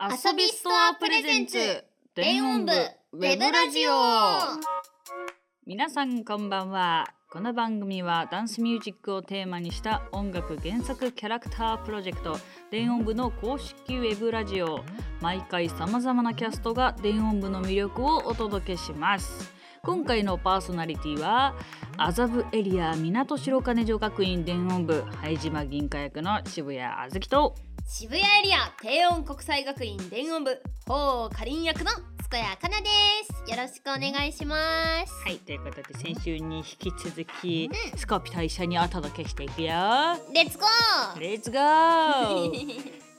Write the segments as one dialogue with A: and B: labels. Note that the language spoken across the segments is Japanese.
A: 遊びストアプレゼンツ電音部ウェブラジオ皆さんこんばんはこの番組はダンスミュージックをテーマにした音楽原作キャラクタープロジェクト電音部の公式ウェブラジオ毎回さまざまなキャストが電音部の魅力をお届けします今回のパーソナリティは麻布エリア港白金女学院電音部拝島銀貨役の渋谷あずきと
B: 渋谷エリア低音国際学院電音部法かりん役のつこやかなですよろしくお願いします
A: はい、ということで先週に引き続き、スコーピと一緒にお届けしていくよ。
B: レッツゴー
A: レッツゴ ー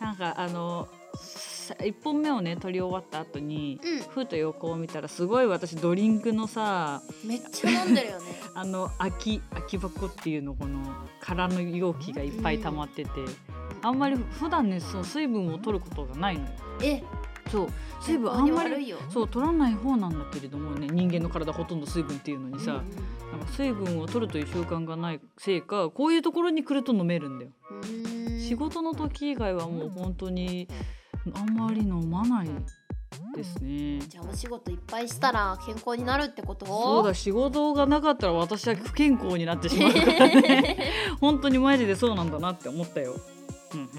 A: なんかあのさ一本目をね撮り終わった後に、
B: うん
A: ふと横を見たらすごい私ドリンクのさ
B: めっちゃ飲んでる よね
A: あの空き空き箱っていうのこの空の容器がいっぱい溜まってて、あんまり普段ねその水分を取ることがないのよ。
B: え
A: そう水分あんま
B: 健康に悪
A: り
B: いよ
A: そう取らない方なんだけれどもね人間の体ほとんど水分っていうのにさ、なんか水分を取るという習慣がないせいかこういうところに来ると飲めるんだよ、
B: うんうんうん
A: 仕事の時以外はもう本当にあんまり飲まないですね
B: じゃあお仕事いっぱいしたら健康になるってこと
A: そうだ仕事がなかったら私は不健康になってし まうから ね本当にマジでそうなんだなって思ったようんうん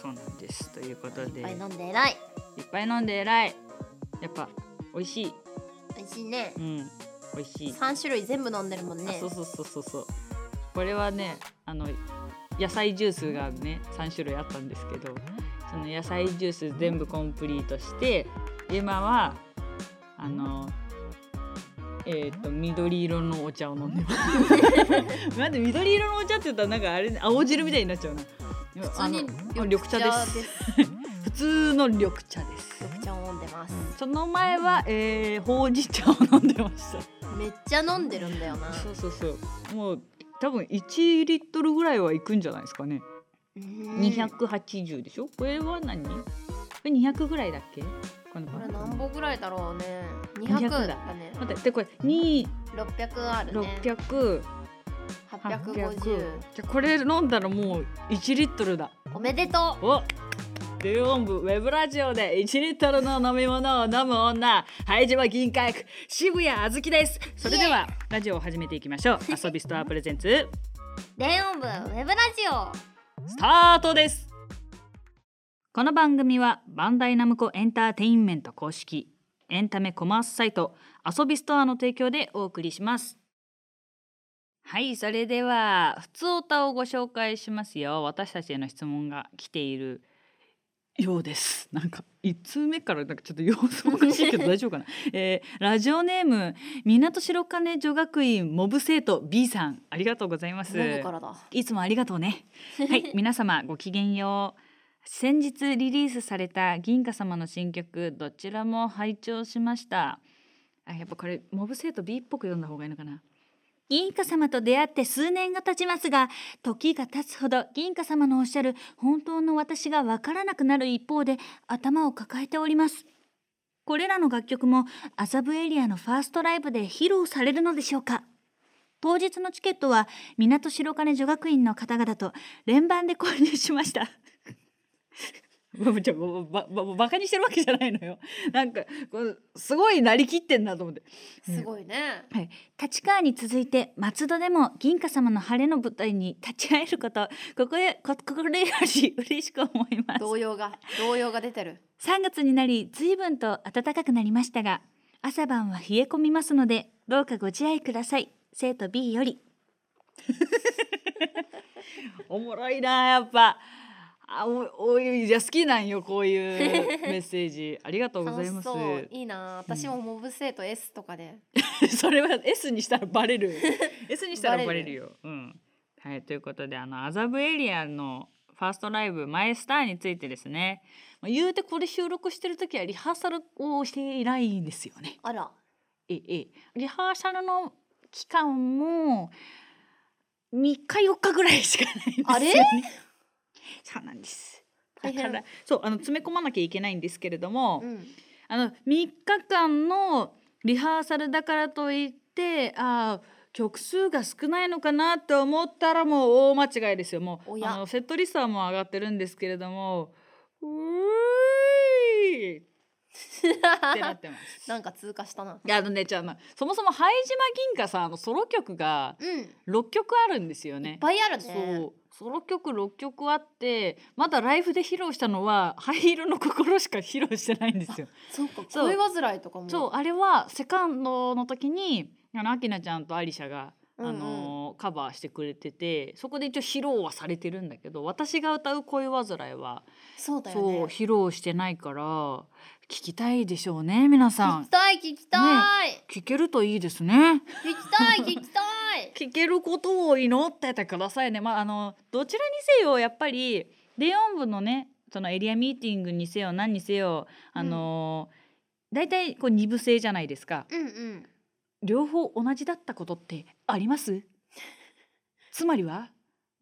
A: そうなんですということで
B: いっぱい
A: い
B: 飲んで偉い
A: っぱい飲んで偉いやっぱ美味しい
B: 美味しいね
A: うん美味しい
B: 三種類全部飲んでるもん
A: あ
B: ね
A: そうそうそうそうそうこれはねあの野菜ジュースがね3種類あったんですけどその野菜ジュース全部コンプリートして今はあのえー、と緑色のお茶を飲んでます待って緑色のお茶って言ったらなんかあれ青汁みたいになっちゃうな
B: 普通に
A: あの緑茶です
B: 緑
A: 普通の緑茶です
B: 緑茶を飲んでます、
A: その前は、えーほうじ茶を飲んでました
B: めっちゃ飲んでるんだよな
A: そうそうそうもう多分1リットルぐらいはいくんじゃないですかね、
B: 二
A: 280でしょこれは何これ200ぐらいだっけこの
B: これ
A: 番
B: 何
A: 待
B: 本ぐらいだろうね
A: 200
B: 200
A: だ
B: だね
A: ってでこれ2
B: 600あるね
A: 6 0 0 8
B: 850
A: じゃあこれ飲んだらもう1リットルだ
B: おめでとう
A: お電音部ウェブラジオで1リットルの飲み物を飲む女拝島銀貨役渋谷あずきですそれではラジオを始めていきま しょう遊びストアプレゼンツ
B: 電音部ウェブラジオ
A: スタートですこの番組はバンダイナムコエンターテインメント公式エンタメコマースサイト遊びストアの提供でお送りしますはいそれでは普通オタをご紹介しますよ私たちへの質問が来ているようですなんか1通目からなんかちょっと様子おかしい けど大丈夫かな、えーラジオネーム港白金女学院モブ生徒 B さんありがとうございます
B: 午後からだ
A: いつもありがとう ね。はい、皆様ごきげんよう。先日リリースされた銀貨様の新曲どちらも拝聴しました。あ、やっぱこれモブ生徒 B っぽく読んだ方がいいのかな。銀貨様と出会って数年が経ちますが時が経つほど銀貨様のおっしゃる本当の私がわからなくなる一方で頭を抱えておりますこれらの楽曲も麻布エリアのファーストライブで披露されるのでしょうか当日のチケットは港白金女学院の方々と連番で購入しましたちょばばばバカにしてるわけじゃないのよなんかこうすごいなりきってんなと思ってうん
B: すごいね
A: はい、立川に続いて松戸でも銀貨様の晴れの舞台に立ち会えることここへここれより嬉しく思います
B: 動揺が動揺が出てる
A: 3月になり随分と暖かくなりましたが朝晩は冷え込みますのでどうかご自愛ください生徒 B より おもろいなやっぱあおおいや好きなんよこういうメッセージありがとうござ
B: 楽
A: い
B: し
A: ます
B: そういいな私もモブ生徒 S とかで
A: それは S にしたらバレる S にしたらバ
B: バ
A: レ
B: レ
A: る
B: る
A: よ。うん、はいということであの麻布エリアのファーストライブ「マイスター」についてですね、まあ、言うてこれ収録してる時はリハーサルをしていないんですよね。
B: あら
A: ええ、リハーサルの期間も3日4日ぐらいしかないんですよ、ね。
B: あれ
A: そうなんです。だ
B: 大
A: か
B: 変
A: らそうあの詰め込まなきゃいけないんですけれども、
B: うん
A: あの3日間のリハーサルだからといってああ曲数が少ないのかなと思ったらもう大間違いですよもう
B: おや
A: あのセットリストはもう上がってるんですけれどもうってなってます。
B: なんか通過したな。
A: いやあのねじゃあまあそもそも拝島銀貨さんのソロ曲が
B: うん。いっ
A: 6曲あるんですよね。
B: ぱいあるね。
A: そうソロ曲6曲あってまだライブで披露したのは「灰色の心」しか披露してないんですよ。
B: そうか
A: そう
B: 恋煩いとかも
A: そうあれはセカンドの時にあのアキナちゃんとアリシャが、
B: うんうん
A: あのカバーしてくれててそこで一応披露はされてるんだけど私が歌う「恋煩いは」
B: そうだよ
A: そう
B: ね
A: 披露してないから聞きたいでしょうね皆さ ん
B: 聞き。たい聞きたい、
A: 聞けるといいですね。
B: 聞きたい聞きたい
A: 聞けることを祈っててくださいね。まああのどちらにせよやっぱり電音部のねそのエリアミーティングにせよ何にせよあの、大体こう二部制じゃないですか。
B: うんうん
A: 両方同じだったことってあります つまりは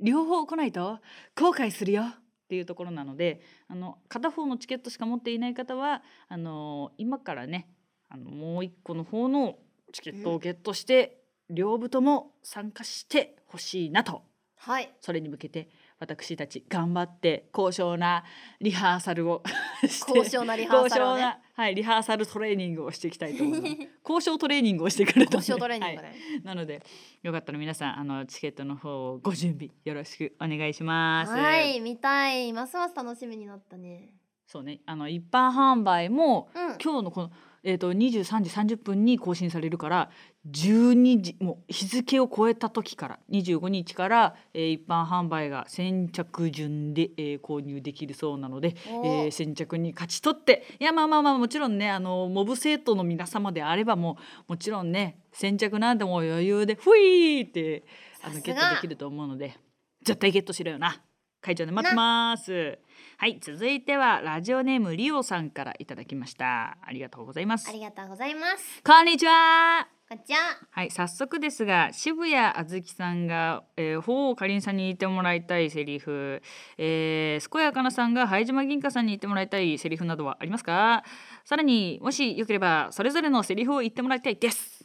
A: 両方来ないと後悔するよっていうところなのであの片方のチケットしか持っていない方はあの今からねあのもう一個の方のチケットをゲットして、両部とも参加してほしいなと
B: はい
A: それに向けて私たち頑張って高尚なリハーサルをして
B: 高尚なリハーサルを
A: 高尚
B: ね
A: なはい、リハーサルトレーニングをしていきたいと思います。交渉トレーニングをしてくれたんで
B: 交渉トレーニング
A: は
B: ね、
A: いなのでよかったら皆さんあのチケットの方をご準備よろしくお願いします。
B: はい、見たいますます楽しみになったね
A: そうねあの一般販売も
B: うん
A: 今日のこのえっ、と23時30分に更新されるから12時もう日付を超えた時から25日から、えー一般販売が先着順で、えー購入できるそうなので
B: お
A: えー先着に勝ち取っていやまあまあまあもちろんねあのモブ生徒の皆様であればもうもちろんね先着なんてもう余裕でふいーってあの
B: さす
A: ゲ
B: が
A: ットできると思うので絶対ゲットしろよな会場で待ってますはい続いてはラジオネームリオさんからいただきましたありがとうございます
B: ありがとうございます
A: こんにちは
B: こんにちは
A: はい早速ですが渋谷あずきさんが、えー、鳳凰かりんさんに言ってもらいたいセリフ、えー、健やかなさんが拝島銀貨さんに言ってもらいたいセリフなどはありますかさらにもしよければそれぞれのセリフを言ってもらいたいです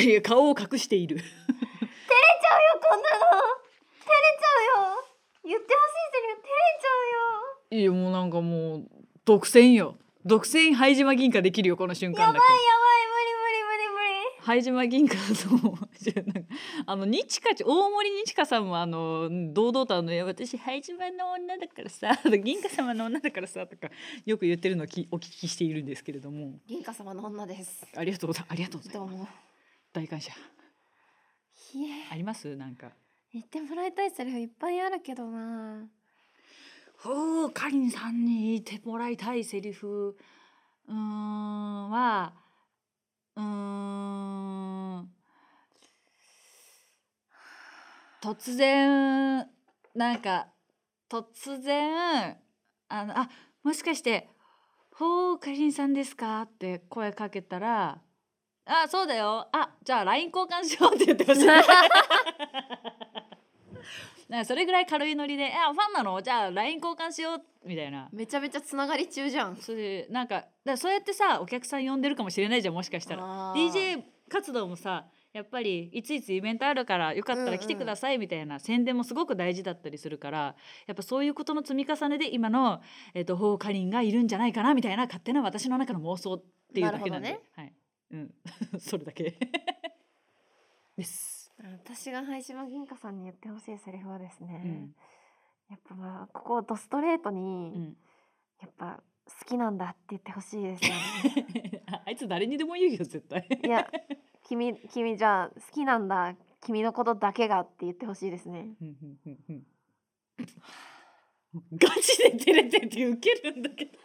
A: いや顔を隠している
B: 照れちゃうよこんなの照れちゃうよ言ってほしいセリフ照れちゃ
A: いやもうなんかもう独占よ独占拝島銀貨できるよこの瞬間だけ
B: うよやばい無理無理無理無理
A: 拝島銀貨のあの日華ち大森日華さんもあの堂々とあのいや「私拝島の女だからさ銀貨様の女だからさ」とかよく言ってるのをきお聞きしているんですけれども
B: 銀貨様の女です
A: ありがとうござありがとうござい
B: どう
A: ます
B: も
A: 大感謝
B: ひえ
A: ありますなんか
B: 言ってもらいたいセリフいっぱいあるけ どな
A: 「ほうかりんさんに言ってもらいたいセリフうーんはうーん突然なんか突然あのあもしかして「ほうかりんさんですか?」って声かけたら「あそうだよあじゃあ LINE 交換しよう」って言ってほしい。 なんかそれぐらい軽いノリで「あファンなのじゃあ LINE 交換しよう」みたいな
B: めちゃめちゃつながり中じゃん
A: それなんかだからそうやってさお客さん呼んでるかもしれないじゃんもしかしたら。
B: あー
A: DJ 活動もさやっぱりいついつイベントあるからよかったら来てくださいみたいな宣伝もすごく大事だったりするからやっぱそういうことの積み重ねで今の、えっとホーカリンがいるんじゃないかなみたいな勝手な私の中の妄想っていうだけなんで
B: なる
A: はいうん、 それだけです。
B: 私が灰島銀貨さんに言ってほしいセリフはですね、
A: うん
B: やっぱまあここをドストレートに、
A: うん、
B: やっぱ好きなんだって言ってほしいですよ ね
A: ああいつ誰にでも言うよ絶対。
B: いや君君じゃあ好きなんだ君のことだけがって言ってほしいで すね
A: うんうんうんうんガチで照れててウケるんだけど。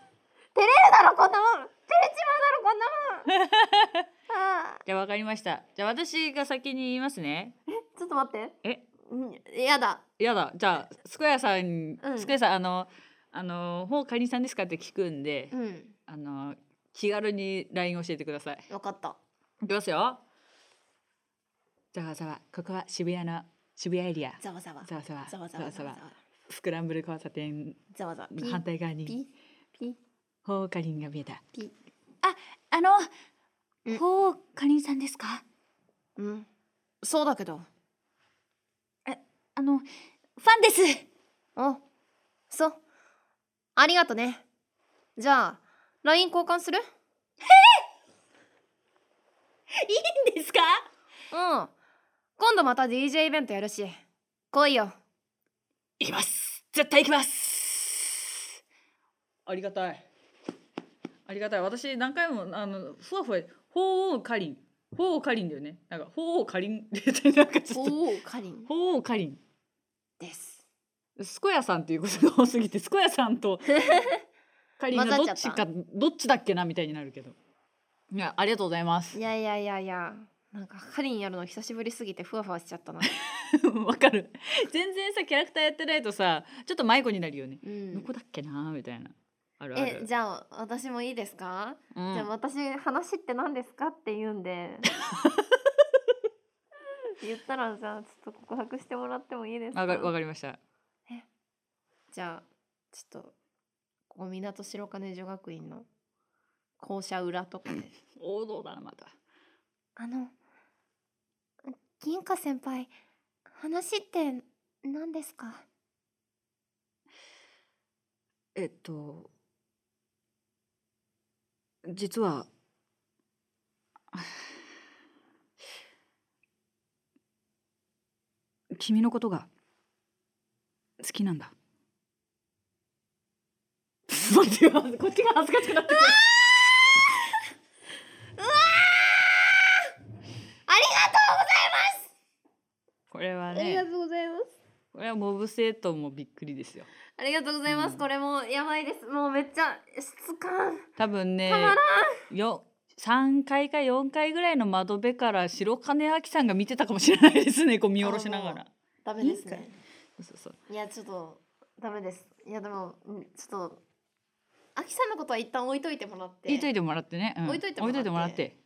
B: 照れるだろこんなもん照れちまうだろこん なもんあ
A: じゃあわかりました。じゃあ私が先に言いますね。
B: ーちょっと待って
A: え
B: うんやだ
A: やだ。じゃあスクエアさん、
B: うん
A: スクエアさんあのあのほうかりんさんですかって聞くんで、
B: うん
A: あの気軽に LINE 教えてください。
B: 分かった
A: いきますよ。ざわざわここは渋谷の渋谷エリア。
B: ざわざわ
A: ざわざわ
B: ざわざわざわざわ
A: スクランブル交差点
B: ざわざわ
A: の反対側に
B: ピピ
A: ほうかりんが見えた。
B: ピ
A: あの
B: うん
A: ほうかりんさんですか。
B: うんそうだけど
A: あのファンです。
B: おそうありがとねじゃあ LINE 交換するうん今度また DJ イベントやるし来いよ
A: 行きます絶対行きますありがたいありがたい私何回もあのふわふわ「鳳凰かりん」「鳳凰かりん」だよねなんか「鳳凰かりん」ってなんかちょっと
C: おおかりん
A: 「鳳凰かりん
B: です」
A: スコヤさんっていうことが多すぎてスコヤさん とかりんが
C: 混
A: ど
C: ざ
A: っ
C: っち
A: ち
C: ゃった
A: かどっちだっけなみたいになるけどいやありがとうございます
B: いやいやいやいやなんかカリンやるの久しぶりすぎてふわふわしちゃったな
A: わかる全然さキャラクターやってないとさちょっと迷子になるよね、
C: うん
A: どこだっけなみたいなあるある
B: えじゃあ私もいいですか、
A: うん
B: じゃあ私話って何ですかって言うん で言ったらじゃあちょっと告白してもらってもいいですか
A: わかわかりました
B: じゃあちょっとここ港白金女学院の校舎裏とかで
A: 王道だなまた
B: あの銀河先輩話って何ですか
A: えっと実は 君のことが好きなん だこっちがこっちが恥ずかしくな ってくるこれは
C: ありが
A: ね
C: とうございます
A: これはモブ生徒もびっくりですよ
B: ありがとうございます、
A: うん
B: これもうやばいですもうめっちゃ質感
A: 多分ねよ3階か4階ぐらいの窓辺から白金明さんが見てたかもしれないですねこう見下ろしなが
B: あも
A: ら
B: ダメ
A: いい
B: で
A: ん
B: す
A: かい
B: ね
A: そうそう
B: いやちょっとダメですいやでもうんちょっとあきさんのことは一旦置いといてもらって
A: 置いといてもらってね、うん
B: 置いといてもらって
A: て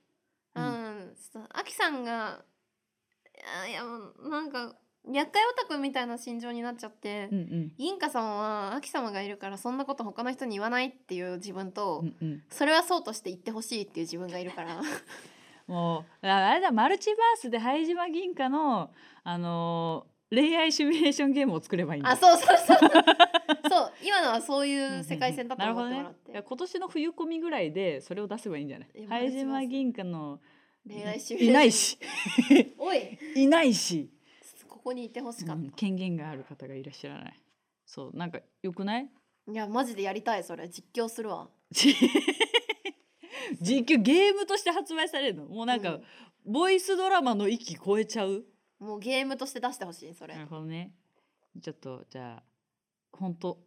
B: う
A: うん
B: んちょっとあきさんがあいやもうなんか厄介オタクみたいな心情になっちゃって、
A: うんうん
B: 銀貨さんは秋様がいるからそんなこと他の人に言わないっていう自分と、
A: うんうん、
B: それはそうとして言ってほしいっていう自分がいるから
A: もうああれだマルチバースで拝島銀貨の、あのー恋愛シミュレーションゲームを作ればいいんだ
B: あそうそ うそうそう今のはそういう世界線だと思ってもらって、
A: いや今年の冬込みぐらいでそれを出せばいいんじゃない
B: いやマル
A: 拝
B: チバース
A: 島銀貨の
B: 恋愛シミュレーショ
A: い
B: ン
A: ないし
B: おい
A: いないし
B: ここにいてほしかった、
A: うん権限がある方がいらっしゃらないそうなんかよく ない
B: いやマジでやりたいそれ実況するわ
A: じ実況ゲームとして発売されるのもうなんか、
B: うん
A: ボイスドラマの域超えちゃう
B: もうゲームとして出してほしいそれ、
A: なるほどねちょっとじゃあほんと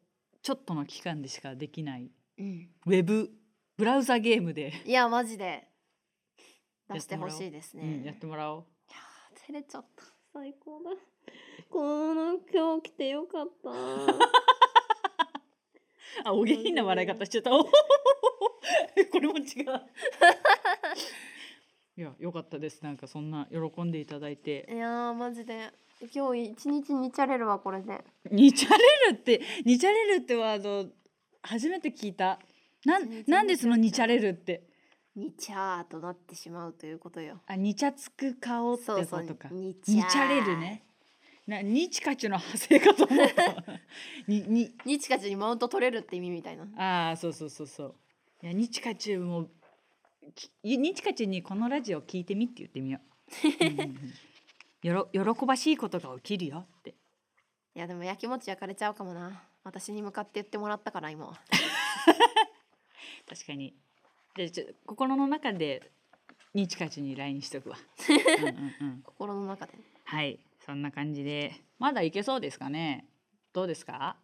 A: ちょっとの期間でしかできない
B: うん
A: ウェブブラウザゲームで、
B: いやマジで出してほしいですね、
A: うんやってもらおう
B: いやー照れちゃった最高だこの今日来てよかった
A: あお下品な笑い方し ちゃったおほほほほこれ も違ういやよかったですなんかそんな喜んでいた だいて
B: いやーマジで今日一日にチャレるわこれで
A: にちゃれるってにちゃれるってワード初めて聞いたなん
B: 全然
A: なんでそのにちゃれるって
B: にちゃーとなってしまうということよ
A: あにちゃつく顔って
B: そ
A: こ
B: うそう
A: とか
B: にちゃ
A: に
B: ー
A: ちゃれるねなにちかちゅの派生かと思った にに
B: にちかちにマウント取れるって意味みたいな
A: ああそうそうそうそういやにちかちゅもきにちかちゅにこのラジオ聞いてみって言ってみよううんうんうんよろ喜ばしいことが起きるよって
B: いやでもやきもち焼かれちゃうかもな私に向かって言ってもらったから今は
A: 確かにじゃあちょ心の中でにちかちゅに LINE しと くわうんうん、うん
B: 心の中で
A: はい、そんな感じで、まだいけそうですかね。どうですか。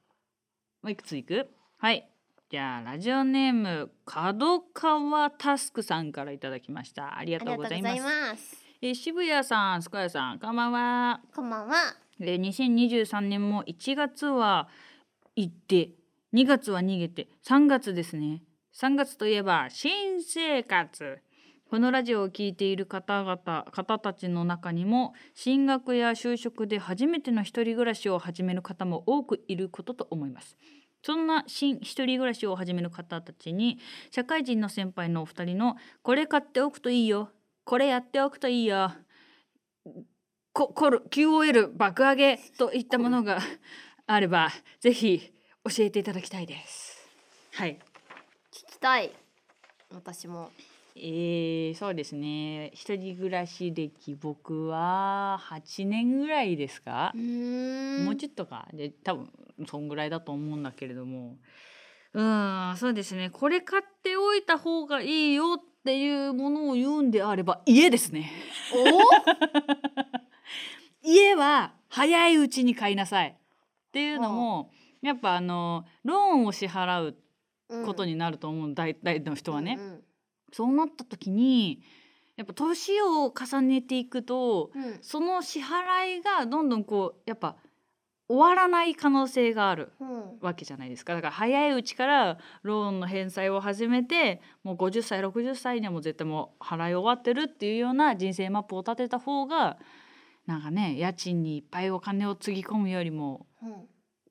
A: もういくついく。はい、じゃあ、ラジオネーム角川タスクさんからいただきました。ありがとうございます。
B: ます
A: えー渋谷さん、スカヤさん、こんばんは。
B: こんばんは
A: えー2023年も1月は行って2月は逃げて3月ですね3月といえば新生活このラジオを聴いている方々方たちの中にも進学や就職で初めての一人暮らしを始める方も多くいることと思いますそんな新一人暮らしを始める方たちに社会人の先輩のお二人のこれ買っておくといいよこれやっておくといいよこコル QOL 爆上げといったものがあればぜひ教えていただきたいです。はい、
B: 聞きたい私も
A: えー、そうですね一人暮らし歴僕は8年ぐらいですか
B: う、ーん
A: もうちょっとかで多分そんぐらいだと思うんだけれどもうんそうですねこれ買っておいた方がいいよっていうものを言うんであれば家ですね
B: お
A: 家は早いうちに買いなさいっていうのも、やっぱあのローンを支払う
B: お
A: こと
B: に
A: になると思う、大体の人はね、そうなった時にやっぱ年を重ねていくとその支払いがどんどんこうやっぱ終わらない可能性があるわけじゃないですかだから早いうちからローンの返済を始めてもう50歳60歳にはもう絶対もう払い終わってるっていうような人生マップを立てた方がなんかね家賃にいっぱいお金をつぎ込むよりも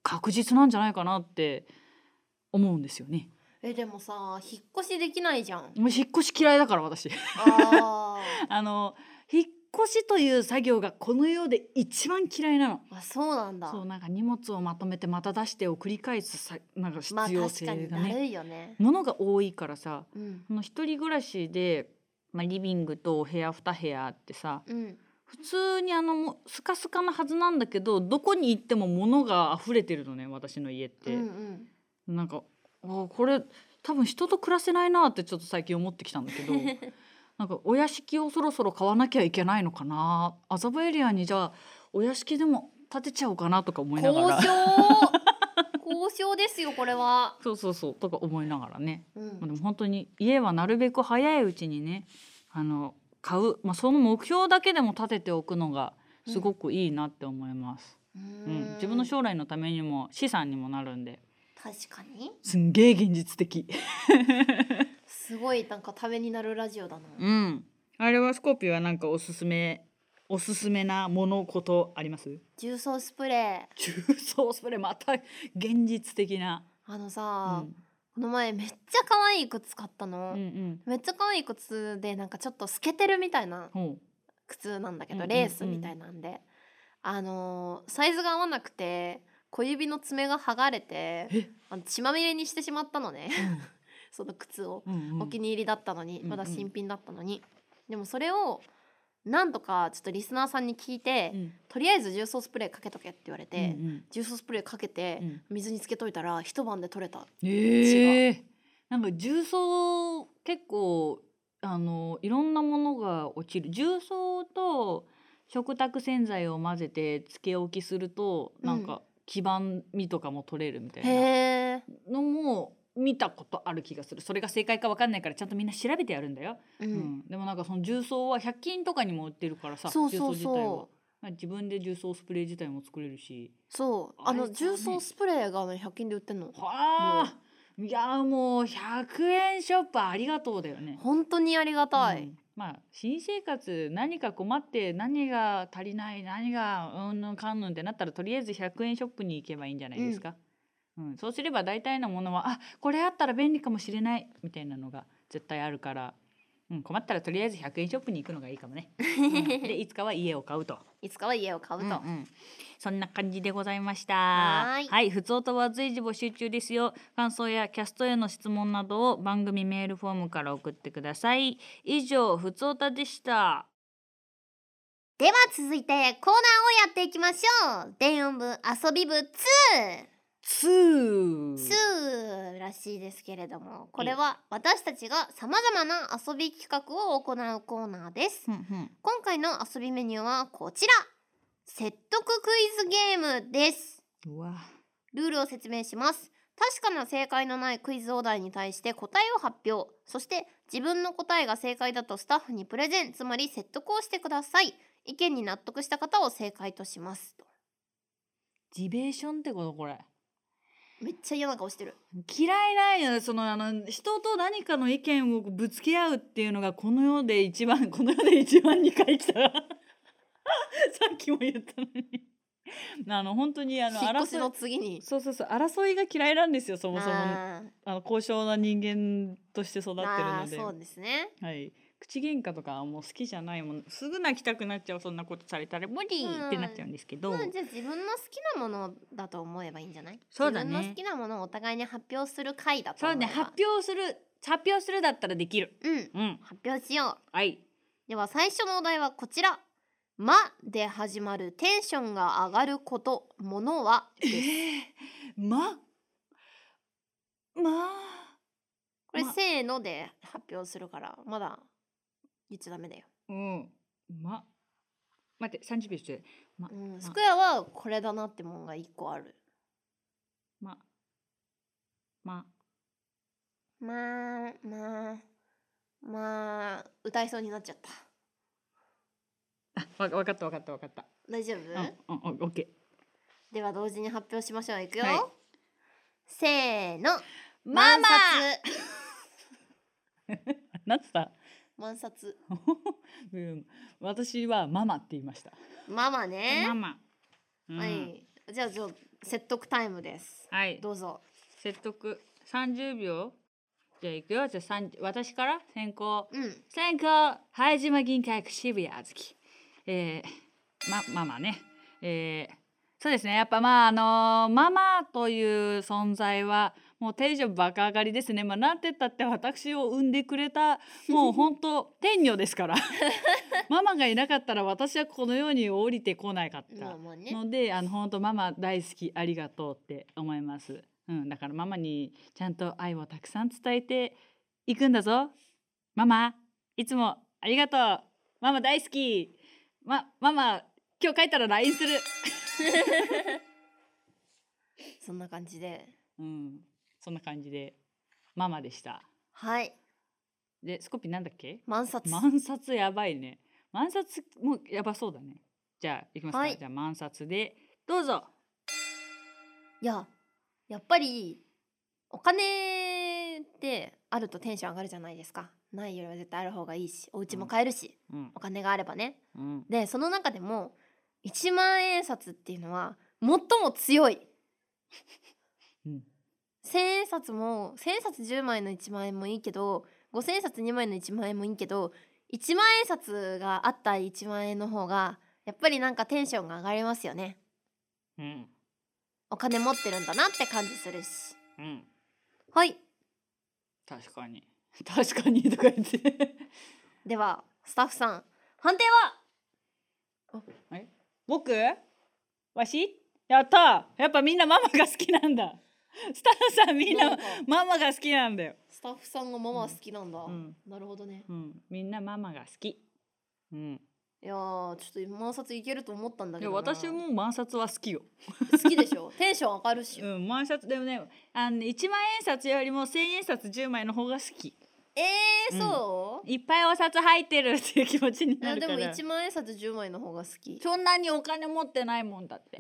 A: 確実なんじゃないかなって思うんですよね。
D: えでもさ引っ越しできないじゃ ん
A: もう引っ越し嫌いだから私
D: あ
A: あの引っ越しという作業がこの世で一番嫌いなの。
D: あそうなんだ
A: そうなんか荷物をまとめてまた出してを繰り返すさなんか必
D: まあ
A: 要
D: 確
A: 性
D: か
A: が
D: に
A: ね、
D: だるいよね
A: 物が多いからさ
D: うん
A: この一人暮らしで、まあ、リビングとお部屋2部屋あってさ
D: うん
A: 普通にあのもうスカスカなはずなんだけどどこに行っても物が溢れてるのね私の家っ
D: う
A: て。
D: ん
A: なんかあこれ多分人と暮らせないなってちょっと最近思ってきたんだ けどなんかお屋敷をそろそろ買わなきゃいけないのかな麻布エリアにじゃあお屋敷でも建てちゃおうかなとか思いなが
B: 交
A: ら
B: 渉 交渉ですよこれは
A: そうそうそうとか思いながらね、
D: うんう
A: まあ
D: ん
A: でも本当に家はなるべく早いうちにねあの買う、まあ、その目標だけでも立てておくのがすごくいいなって思います、
D: う
A: うんん自分の将来のためにも資産にもなるんで
B: 確かに
A: すんげえ現実的。
D: すごいなんかためになるラジオだな
A: うん。あれはスコーピオはなんかおすすめおすすめなものことあります？
D: 重曹スプレ
A: 重曹スプレーまた現実的な。
D: ーあの
A: う
D: さ、
A: ん
D: この前めっちゃ可愛い靴買った
A: う
D: の、
A: んうん。
D: めっちゃ可愛い靴でなんかちょっと透けてるみたいな
A: ほ
D: 靴なんだけ
A: うんうんう
D: ど
A: ん
D: レースみたいなんで、あのーサイズが合わなくて小指の爪が剥がれて
A: え
D: あの血まみれにしてしまったのね
A: う。
D: その靴を、
A: うんうん
D: お気に入りだったのに
A: うんうん
D: まだ新品だったのに、でもそれをなんとかちょっとリスナーさんに聞いて、
A: うん
D: とりあえず重曹スプレーかけとけって言われて、
A: うんうん
D: 重曹スプレーかけて、
A: うん
D: 水につけといたら一晩で取れた
A: ええなんか重曹結構あのいろんなものが落ちる重曹と食卓洗剤を混ぜてつけ置きすると、なんか黄ばみとかも取れるみたいな。
D: へえ、
A: のも見たことある気がするそれが正解かわかんないからちゃんとみんな調べてやるんだよ、
D: う
A: うん
D: ん、
A: でもなんかその重曹は100均とかにも売ってるからさ
D: そうそう
A: 重曹自体は
D: そう
A: まあ自分で重曹スプレー自体も作れるし
D: そう
A: あ
D: あ
A: れ
D: の重曹スプレーがね100均で売ってんの
A: はあ、いやもう100円ショップありがとうだよね
D: 本当にありがたい、
A: うんまあ新生活何か困って何が足りない何がうんぬんかんぬんってなったらとりあえず100円ショップに行けばいいんじゃないですか、うんそうすれば大体のものはあこれあったら便利かもしれないみたいなのが絶対あるから、うん、困ったらとりあえず100円ショップに行くのがいいかもね、 うんでいつかは家を買うと。
B: いつかは家を買うと、
A: うんうんそんな感じでございました。
B: はーい
A: はい、ふつおとは随時募集中ですよ。感想やキャストへの質問などを番組メールフォームから送ってください。以上、ふつおたでした。
B: では続いてコーナーをやっていきましょう電音部遊び部2
A: ツー。
B: 2らしいですけれどもこれは私たちがさまざまな遊び企画を行うコーナーで
A: う
B: す
A: んうん
B: 今回の遊びメニューはこちら説得クイズゲームです
A: うわ。
B: ルールを説明します確かな正解のないクイズお題に対して答えを発表そして自分の答えが正解だとスタッフにプレゼンつまり説得をしてください意見に納得した方を正解としますと
A: ジベーションってことこれ。
B: めっちゃ嫌な顔してる
A: 嫌いないよそのあの人と何かの意見をぶつけ合うっていうのがこの世で一番 この世で一番2回来た さっきも言ったのにあの本当にあの
D: 引っ越し
A: 争い
D: の次に
A: そうそうそう争いが嫌いなんですよそもそもあ
B: あ
A: の高尚な人間として育って
B: ー
A: る
B: あ
A: ので
B: ーそうですね
A: はい口喧嘩とかはもう好きじゃないもんすぐ泣きたくなっちゃうそんなことされたら無理ってなっちゃうんですけど、
B: まあじゃあ自分の好きなものだと思えばいいんじゃない
A: そうだね
B: 自分の好きなものをお互いに発表する回だと
A: そう
B: 思えば
A: ね発表する発表するだったらできる。
B: うん
A: うん。
B: 発表しよ
A: はい。
B: うでは最初のお題はこちら「ま」で始まるテンションが上がることものは です
A: ま、ま、
B: これ、
A: ま
B: せーので発表するからまだ言っちゃダメだよ、
A: うん。ま、待って、30秒して。
B: うん、スクエアはこれだなってもんが1個ある
A: ま、ま、
B: まあまあまあ歌いそうになっちゃった
A: あ、わわかったわかったわかった。
B: 大丈夫、
A: うん、うん、オッケ
B: では同時に発表しましょういくよ、
A: はい
B: せーの
A: ー。ママ
B: 冊
A: なってた。
B: 万冊
A: うん、私はママって言いました。
B: ママね
A: ママ。うん
B: はいじゃあじゃあ説得タイムです
A: はい。
B: どうぞ
A: 説得30秒。じゃあ行くよ。じゃあ三私から先行。
B: うん
A: 先行拝島銀閣渋谷あずきえー、まママねえーそうですねやっぱまああのママという存在はもう天女バカ上がりですねまあなんて言ったって私を産んでくれたもう本当天女ですからママがいなかったら私はこの世に降りてこなかっ
B: まあ
A: た
B: まあね
A: ので、あの本当ママ大好きありがとうって思います。うん、だからママにちゃんと愛をたくさん伝えていくんだぞ。ママ、いつもありがとう。ママ大好き。ま、ママ、今日帰ったら LINE する。
B: そんな感じで
A: うん、そんな感じでママでした。
B: はい
A: で、スコピーなんだっけ？
B: 万冊
A: 満冊やばいね。満冊もやばそうだね。じゃあ行きますか。
B: はい
A: じゃあ満冊でどうぞ。
B: いややっぱりお金ってあるとテンション上がるじゃないですかないよりは絶対ある方がいいしお家も買えるし、
A: うん
B: お、金があればね
A: うん、
B: でその中でも1万円札っていうのは最も強い
A: うん、
B: 1,000円札も1,000円札10枚の1万円もいいけど5,000円札2枚の1万円もいいけど1万円札があった1万円の方がやっぱりなんかテンションが上がりますよね
A: うん、
B: お金持ってるんだなって感じするし
A: うん。
B: はい
A: 確かに 確かにとか言って
B: ではスタッフさん判定
A: 僕わしやったやっぱみんなママが好きなんだスタッフさんみん
B: は
A: なママが好きなんだよ、
B: スタッフさんがママ好きなんだ、
A: うん
B: なるほどね
A: うん、みんなママが好きうん
B: いやーちょっと今万冊いけると思ったんだ
A: い
B: け
A: や
B: どな
A: 私も満冊は好きよ、
B: 好きで しょテンション上がるし、
A: うん、満冊でもねあの1万円札よりも1,000円札10枚の方が好き
B: えー、そう、
A: いっぱいお札入ってるっていう気持ちに
B: い
A: な
B: や
A: るか
B: でも
A: ら
B: 1万円札10枚の方が好き
A: そんなにお金持ってないもんだ って。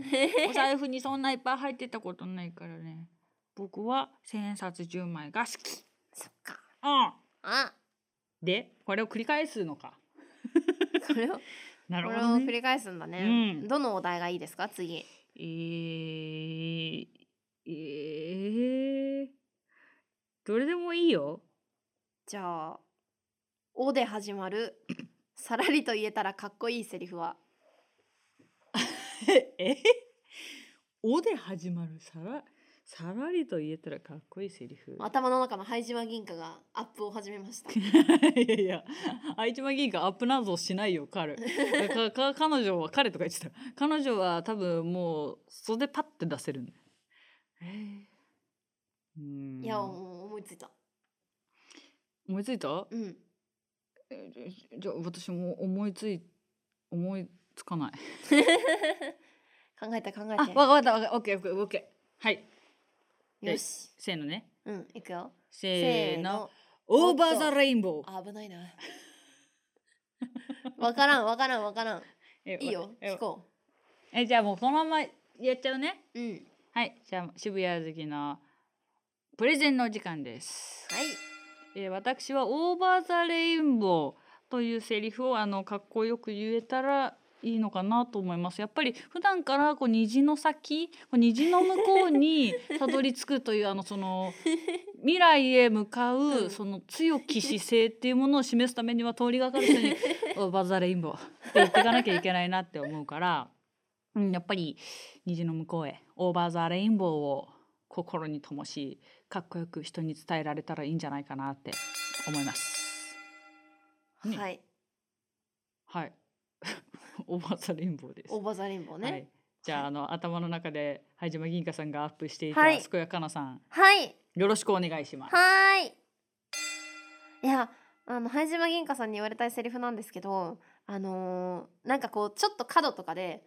A: お財布にそんないっぱい入ってたことないからね。僕は千円札十枚が好き。
B: そっか
A: うん。
B: あ
A: で、これを繰り返すのか。
B: これを
A: なる
B: こ
A: ほ
B: れ
A: ど
B: を繰
A: ね。
B: り返すんだね、
A: うん
B: どのお題がいいですか次
A: えー、えー、どれでもいい よ。
B: じゃあ「お」で始まるさらりと言えたらかっこいいセリフは
A: えおで始まるさら、さらりと言えたらかっこいいセリフ。
B: 頭の中の灰島銀貨がアップを始めました
A: いやいや愛知マ銀がアップなどしないよ 彼かか彼女は彼とか言ってた彼女は多分もう袖パッて出せるんだようーん
B: いやもう思いついた
A: 思いついた
B: うん
A: えじゃじゃあ私も思いつい思いつかない
B: 考えた考え
A: あ
B: て
A: わかったわかったオッケーオッケーオッケーはい
B: よし
A: せーのね
B: うんいくよ
A: せーのオーバーザレインボー
B: あ危ない なわからんわからんわからん
A: え
B: いいよ
A: え
B: 聞こ
A: えじゃあもうそのままやっちゃうね
B: ううん
A: はい、じゃあ渋谷好きのプレゼンのお時間です。
B: はい
A: えー私はオーバーザレインボーというセリフをあのかっこよく言えたらいいのかなと思います。やっぱり普段からこう虹の先、こう虹の向こうにたどり着くというあのその未来へ向か
B: う
A: うんその強き姿勢っていうものを示すためには通りがかる人 にオーバーザレインボーって言っていかなきゃいけないなって思うから、うんやっぱり虹の向こうへオーバーザレインボーを心に灯しかっこよく人に伝えられたらいいんじゃないかなって思います。ね
B: はい
A: はい。 オーバーザレインボーです。
D: オーバーザリンボー
A: は
D: ね
A: い。じゃあ、あの頭の中で灰島銀華さんがアップしていた、
B: はい
A: 健やかなさん
B: はい
A: よろしくお願いします。
B: はーいいやあの灰島銀華さんに言われたいセリフなんですけどあのーなんかこうちょっと角とかで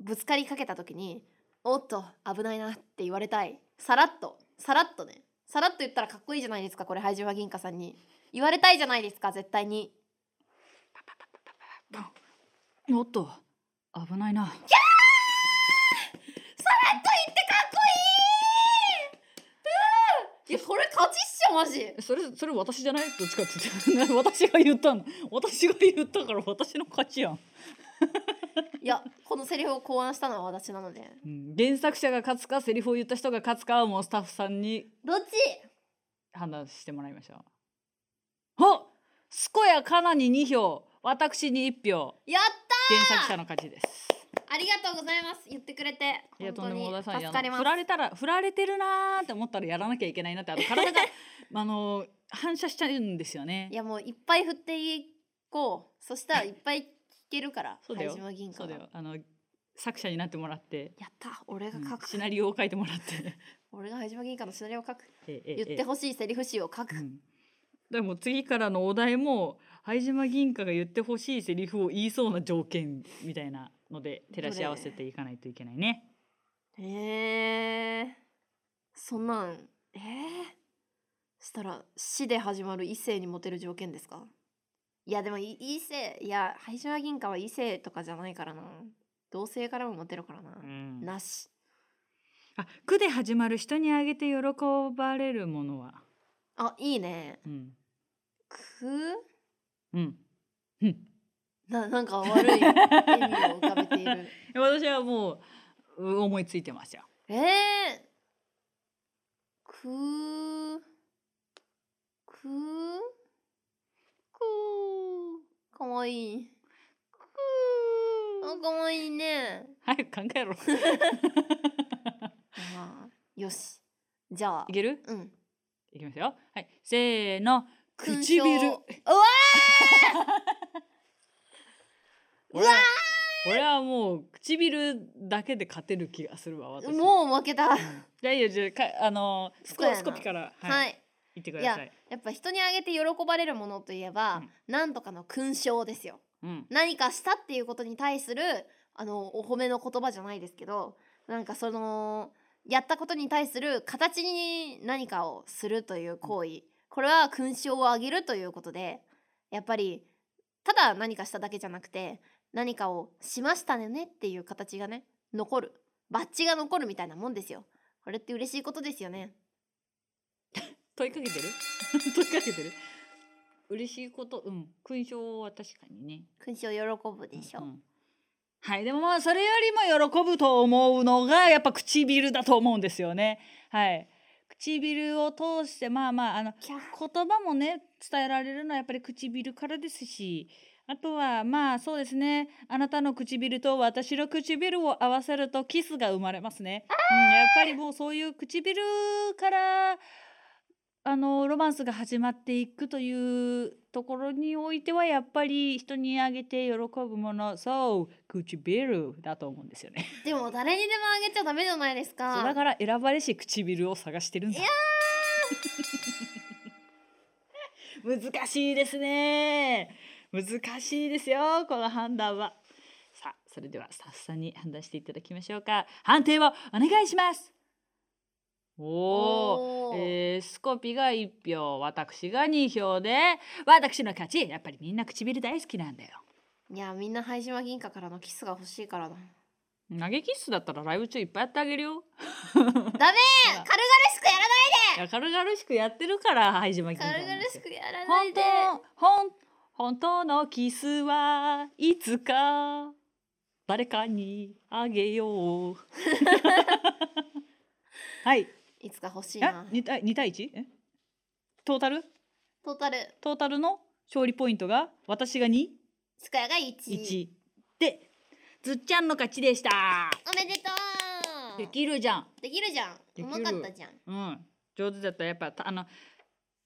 B: ぶつかりかけた時に「おっと危ないな」って言われたいさらっとさらっとねさらっと言ったらかっこいいじゃないですかこれ灰島銀華さんに言われたいじゃないですか絶対に
A: おっと危ないな。
B: いやこれ勝ちっしょマジ
A: それそれ私じゃないどっちかって言って 私が言ったの。私が言ったから私の勝ちやん。
B: いやこのセリフを考案したのは私なので
A: うん、原作者が勝つかセリフを言った人が勝つかはもうスタッフさんに
B: どっち
A: 判断してもらいましょう。あ、健やかなに2票、私に1票、
B: やっ
A: 原作者の勝ちです。
B: たありがとうございます言ってくれて
A: いや
B: 本
A: とん
B: 当
A: でも
B: に
A: ございません
B: 助かり
A: あの
B: ます
A: 振られたら振られてるなーって思ったらやらなきゃいけないなってあの体が あの反射しちゃうんですよね
B: い。やもういっぱい振っていこう そしたらいっぱい聞けるから
A: そうだよ
B: 灰島銀
A: そ
B: 貨
A: う
B: が
A: だよあの作者になってもらって、
B: やった俺が
A: うん
B: 書く、
A: シナリオを書いてもら って。
B: 俺が灰島銀貨のシナリオを書く
A: ええええ
B: 言ってほしいセリフ集を書く、
A: うんでも次からのお題も灰島銀貨が言ってほしいセリフを言いそうな条件みたいなので照らし合わせていかないといけないね。
B: へえそんなんえー、したら死で始まる異性にモテる条件ですかいやでもい異性いや灰島銀貨は異性とかじゃないからな同性からもモテるからな、
A: うん
B: なし
A: あ、句で始まる人にあげて喜ばれるものは、
B: あいいね
A: うん、
B: く
A: うん、うん。
B: ななんか悪い意味を浮かべている
A: 私はもうう思いついてますよ。
B: えー、くくくかわいいあかわいいね
A: 早く考えろ。
B: あーよしじゃあ
A: いける？
B: うん
A: いきますよ。はい。せーの。唇。
B: 勲章うわ
A: 俺は俺はもう唇だけで勝てる気がするわ私。
B: ー
A: う
B: もう負けたは
A: ん。じゃあいいよじゃあかあのース
B: そうや
A: コ
B: な
A: スコピから
B: い、
A: はい、言ってください。
B: やっぱ人にあげて喜ばれるものといえば、
A: うん
B: なんとかの勲章ですよ
A: うん。
B: 何かしたっていうことに対するあのお褒めの言葉じゃないですけどなんかそのやったことに対する形に何かをするという行為これは勲章をあげるということでやっぱりただ何かしただけじゃなくて何かをしましたねっていう形がね残るバッジが残るみたいなもんですよこれって嬉しいことですよね
A: 問いかけてる？ 問いかけてる？嬉しいことうん勲章は確かにね。
B: 勲章喜ぶでしょ、
A: うんはいでもまあそれよりも喜ぶと思うのがやっぱ唇だと思うんですよねはい唇を通してまあまああの
B: キャー
A: 言葉もね伝えられるのはやっぱり唇からですしあとはまあそうですねあなたの唇と私の唇を合わせるとキスが生まれますね、うん、やっぱりもうそういう唇からあのロマンスが始まっていくというところにおいてはやっぱり人にあげて喜ぶものそう唇だと思うんですよね
B: でも誰にでもあげちゃダメじゃないですか
A: そうだから選ばれし唇を探してるんだ
B: いや
A: 難しいですね難しいですよこの判断はさあそれではスタッフさんに判断していただきましょうか判定をお願いしますおー
B: おー
A: えースコピが1票私が2票で私の勝ちやっぱりみんな唇大好きなんだよ
B: いやみんな灰島銀貨からのキスが欲しいからな
A: 投げキッスだったらライブ中いっぱいやってあげるよ
B: ダメ軽々しくやらない
A: いや軽々しくやってるから灰島銀
B: 軽々しくやらな
A: 本
B: いで
A: 当本本当のキスはいつか誰かにあげよ うはい
B: いつか欲しい
A: え
B: な
A: 二対二対一えトータル
B: トータル
A: トータルの勝利ポイントが私が二
B: スカヤが1
A: 一でずっちゃんの勝ちでした
B: おめでとう
A: できるじゃん
B: できるじゃん
A: でき
B: う
A: る
B: まかったじゃん
A: うん上手だったらやっぱたあの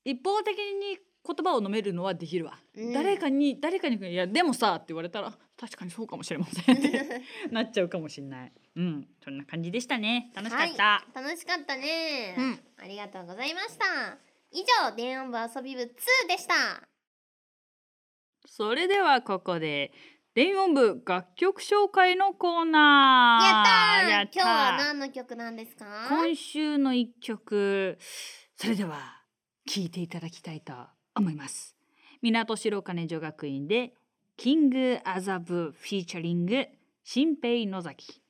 A: 一方的に言葉を飲めるのはできるわ、
B: うん
A: 誰かに誰かに「いやでもさ」って言われたら「確かにそうかもしれません」って なっちゃうかもしれないうんそんな感じでしたね楽しかった、
B: はい、 楽しかったね、
A: うん
B: ありがとうございました以上電音部遊び部2でした
A: それではここで電音部楽曲紹介のコーナー
B: やったー今日は
A: ー
B: 何の曲なんですか
A: 今週の一曲それでは聴いていただきたいと思います港白金女学院でキングアザブフィーチャリング新平野崎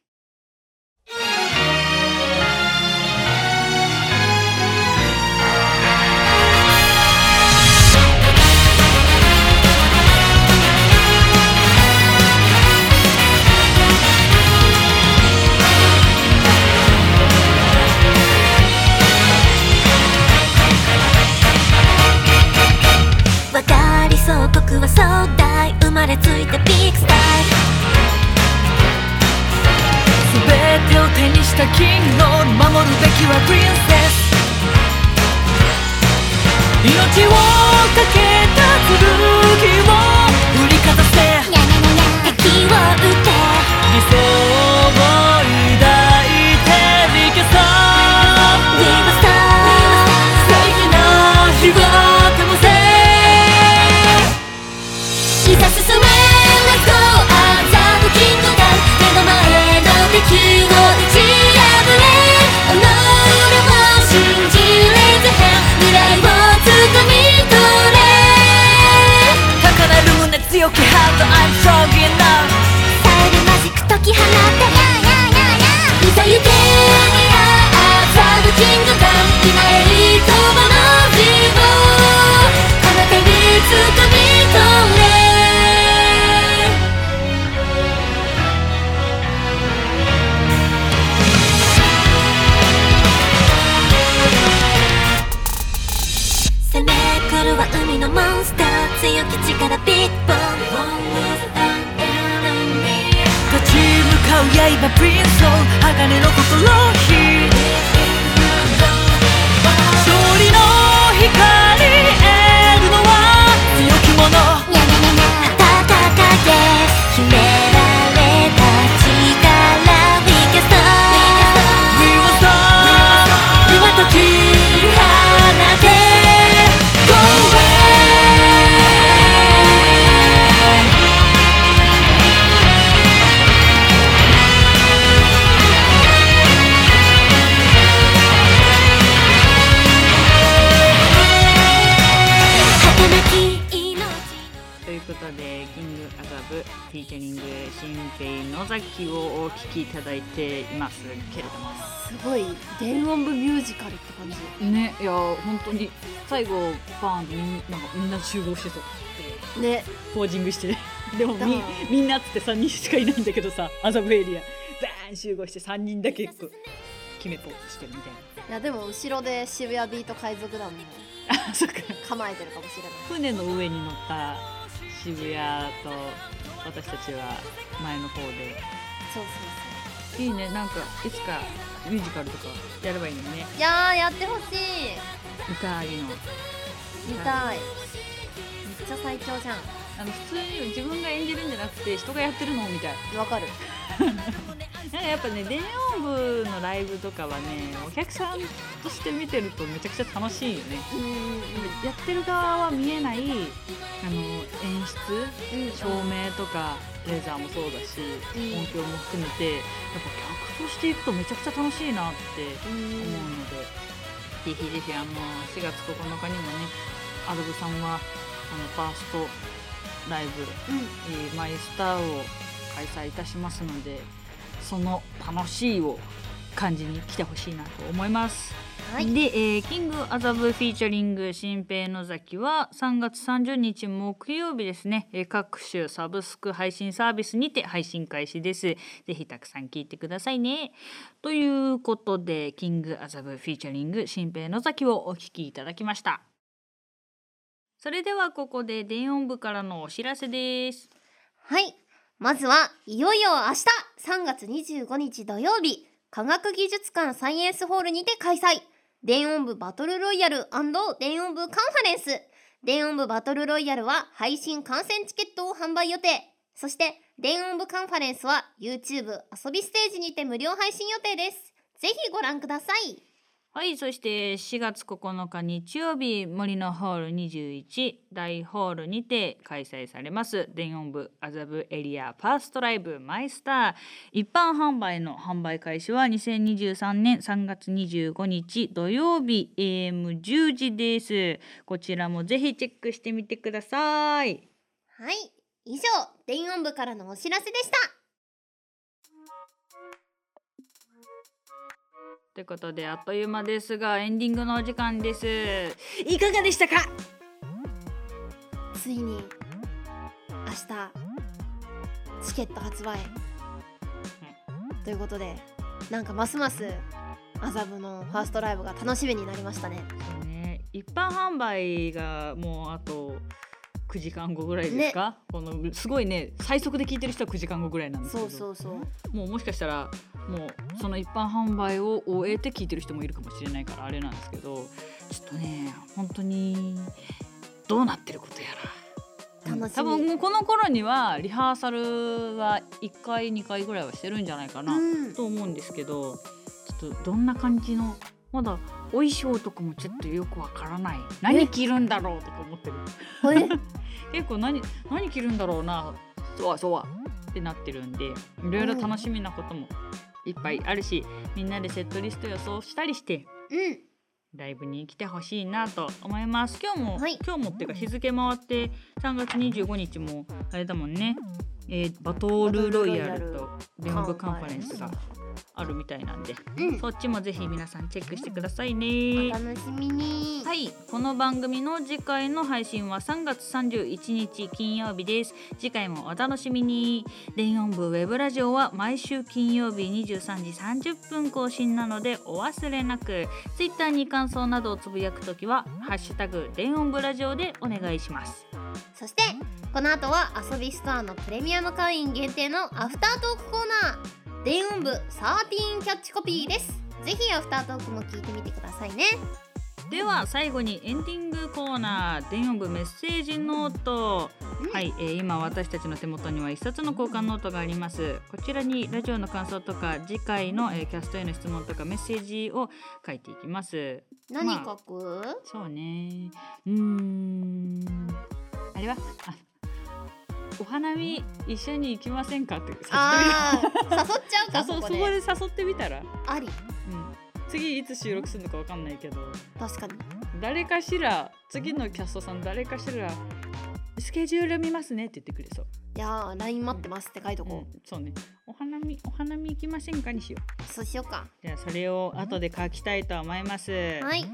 E: わかりそう国は壮大生まれついたビッグスタイル全てを手にしたキング守るべきはプリンセス命をかけた剣を振りかざせ
F: やなな
E: 敵
F: な
E: を撃て理想を抱いていけそう
F: We will stop
E: 正義な日は灯せ
F: いざ進め Let's go アザブキングダム目の前の敵を打ち破れ己を信じ Raise a hand 未来をつかみ取れ
E: 高鳴る胸強きハート I'm strong enough
F: サイルマジック解き放っていざ行けニアザブキングダム今へいともの自分この手に掴み取れ
E: 攻め狂は海のモンスター強き力ビッグボン立ち向かう刃プリンソー鋼の心を火勝利の光得るのは強き者
F: ニャニャニャニャ高かけ秘められた力 We can stop
E: We will stop 今と切り離せ Go away
F: 儚き命
A: ということでキングアザブフィーチャリング新平野崎をお聴きいただいていますけれども
D: すごい電音部ミュージカルって感じ
A: ねいや本当に最後バーンってみんなんかみんな集合してそう
D: ね
A: ポージングしてでも
D: だ
A: みみんなっつって3人しかいないんだけどさ麻布エリアバーン集合して3人だけこう決めポーズしてるみたい
D: いやでも後ろで渋谷ビート海賊団も
A: なあそっか
D: 構えてるかもしれない
A: 船の上に乗った渋谷と私たちは前の方で
D: そうそう
A: いいねなんかいつかミュージカルとかやればいいのにね
D: そういやーやってほしい
A: 歌ありの
D: 見たいめっちゃ最強じゃ
A: あの普通に自分が演じるんじゃなくて人がやってるのみたい
D: んわかる
A: なんかやっぱね電音部のライブとかはねお客さんとして見てるとめちゃくちゃ楽しいよね
D: うんうん
A: やってる側は見えないあの演出
D: うん
A: 照明とかレーザーもそうだし
D: うん
A: 音響も含めてやっぱ客としていくとめちゃくちゃ楽しいなって思うのでぜひぜひあの4月9日にもねアドブさんはあのファーストライブ
D: う
A: えーマイスターを開催いたしますのでその楽しいを感じに来てほしいなと思います。
B: はい
A: で、えーキングアザブフィーチャリング新平野崎は3月30日木曜日ですね、えー各種サブスク配信サービスにて配信開始です。ぜひたくさん聞いてくださいね。ということでキングアザブフィーチャリング新平野崎をお聞きいただきました。それではここで電音部からのお知らせです。
B: はいまずはいよいよ明日3月25日土曜日科学技術館サイエンスホールにて開催電音部バトルロイヤル電音部カンファレンス電音部バトルロイヤルは配信観戦チケットを販売予定そして電音部カンファレンスは YouTube 遊びステージにて無料配信予定ですぜひご覧ください
A: はい、そして4月9日日曜日森のホール21大ホールにて開催されます電音部麻布エリアファーストライブマイスター一般販売の販売開始は2023年3月25日土曜日 AM10 時ですこちらもぜひチェックしてみてください
B: はい以上電音部からのお知らせでした
A: ということであっという間ですがエンディングのお時間ですいかがでしたか
B: ついに明日チケット発売ということでなんかますます麻布のファーストライブが楽しみになりましたね
A: ね、一般販売がもうあと9時間後ぐらいですか、このすごいね最速で聞いてる人は9時間後ぐらいなんですけ
B: そ
A: ど
B: うそうそう
A: もうもしかしたらもうその一般販売を終えて聞いてる人もいるかもしれないからあれなんですけどちょっとね本当にどうなってることやら
B: 楽しみ
A: 多分もうこの頃にはリハーサルは1回2回ぐらいはしてるんじゃないかな、
B: うん
A: と思うんですけどちょっとどんな感じのまだお衣装とかもちょっとよくわからない何着るんだろうとか思ってる
B: ほ え
A: 結構何何着るんだろうなそうはそうはってなってるんでいろいろ楽しみなこともいっぱいあるしみんなでセットリスト予想したりして
B: うん
A: ライブに来てほしいなと思います今日も、
B: はい
A: 今日もっていうか日付回って3月25日もあれだもんね、えーバトルロイヤルと電音部カンファレンスがあるみたいなんで
B: うん
A: そっちもぜひ皆さんチェックしてくださいね
B: お。楽しみに
A: はい、この番組の次回の配信は3月31日金曜日です。次回もお楽しみに。電音部ウェブラジオは毎週金曜日23時30分更新なのでお忘れなく。ツイッターに感想などをつぶやくときはハッシュタグ電音部ラジオでお願いします。
B: そしてこの後は遊びストアのプレミアム会員限定のアフタートークコーナー電音部13キャッチコピーですぜひアフタートークも聞いてみてくださいね
A: では最後にエンディングコーナー電音部メッセージノート、
B: うん
A: はい、えー今私たちの手元には一冊の交換ノートがありますこちらにラジオの感想とか次回の、えーキャストへの質問とかメッセージを書いていきます
B: 何書く、
A: そうねうーんあれはあお花見一緒に行きませんかって誘ってみ
B: ああー誘っちゃう
A: た
B: か
A: あそう
B: そ
A: そ
B: こ
A: こ
B: で
A: で誘ってみたら、うん、
B: あり
A: 次いつ収録するのかわかんないけど
B: 確かに
A: 誰かしら次のキャストさん誰かしらスケジュール見ますねって言ってくれそう、
B: いやー LINE 待ってますって書いとこう、
A: そうねお花見お花見行きませんかにしよう
B: そうしようか
A: じゃあそれを後で書きたいと思いますは、
B: はいい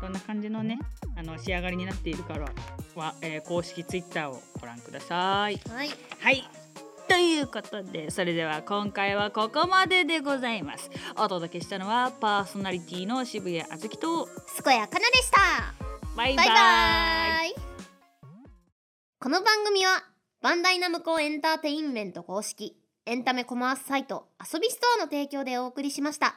A: こんな感じのねあの仕上がりになっているからは、えー公式ツイッターをご覧ください
B: はい
A: はい。ということでそれでは今回はここまででございますお届けしたのはパーソナリティの渋谷あずきと
B: 健やかなでした
A: バイバ
B: バ
A: イ
B: イバイこの番組はバンダイナムコエンターテインメント公式エンタメコマースサイト遊びストアの提供でお送りしました。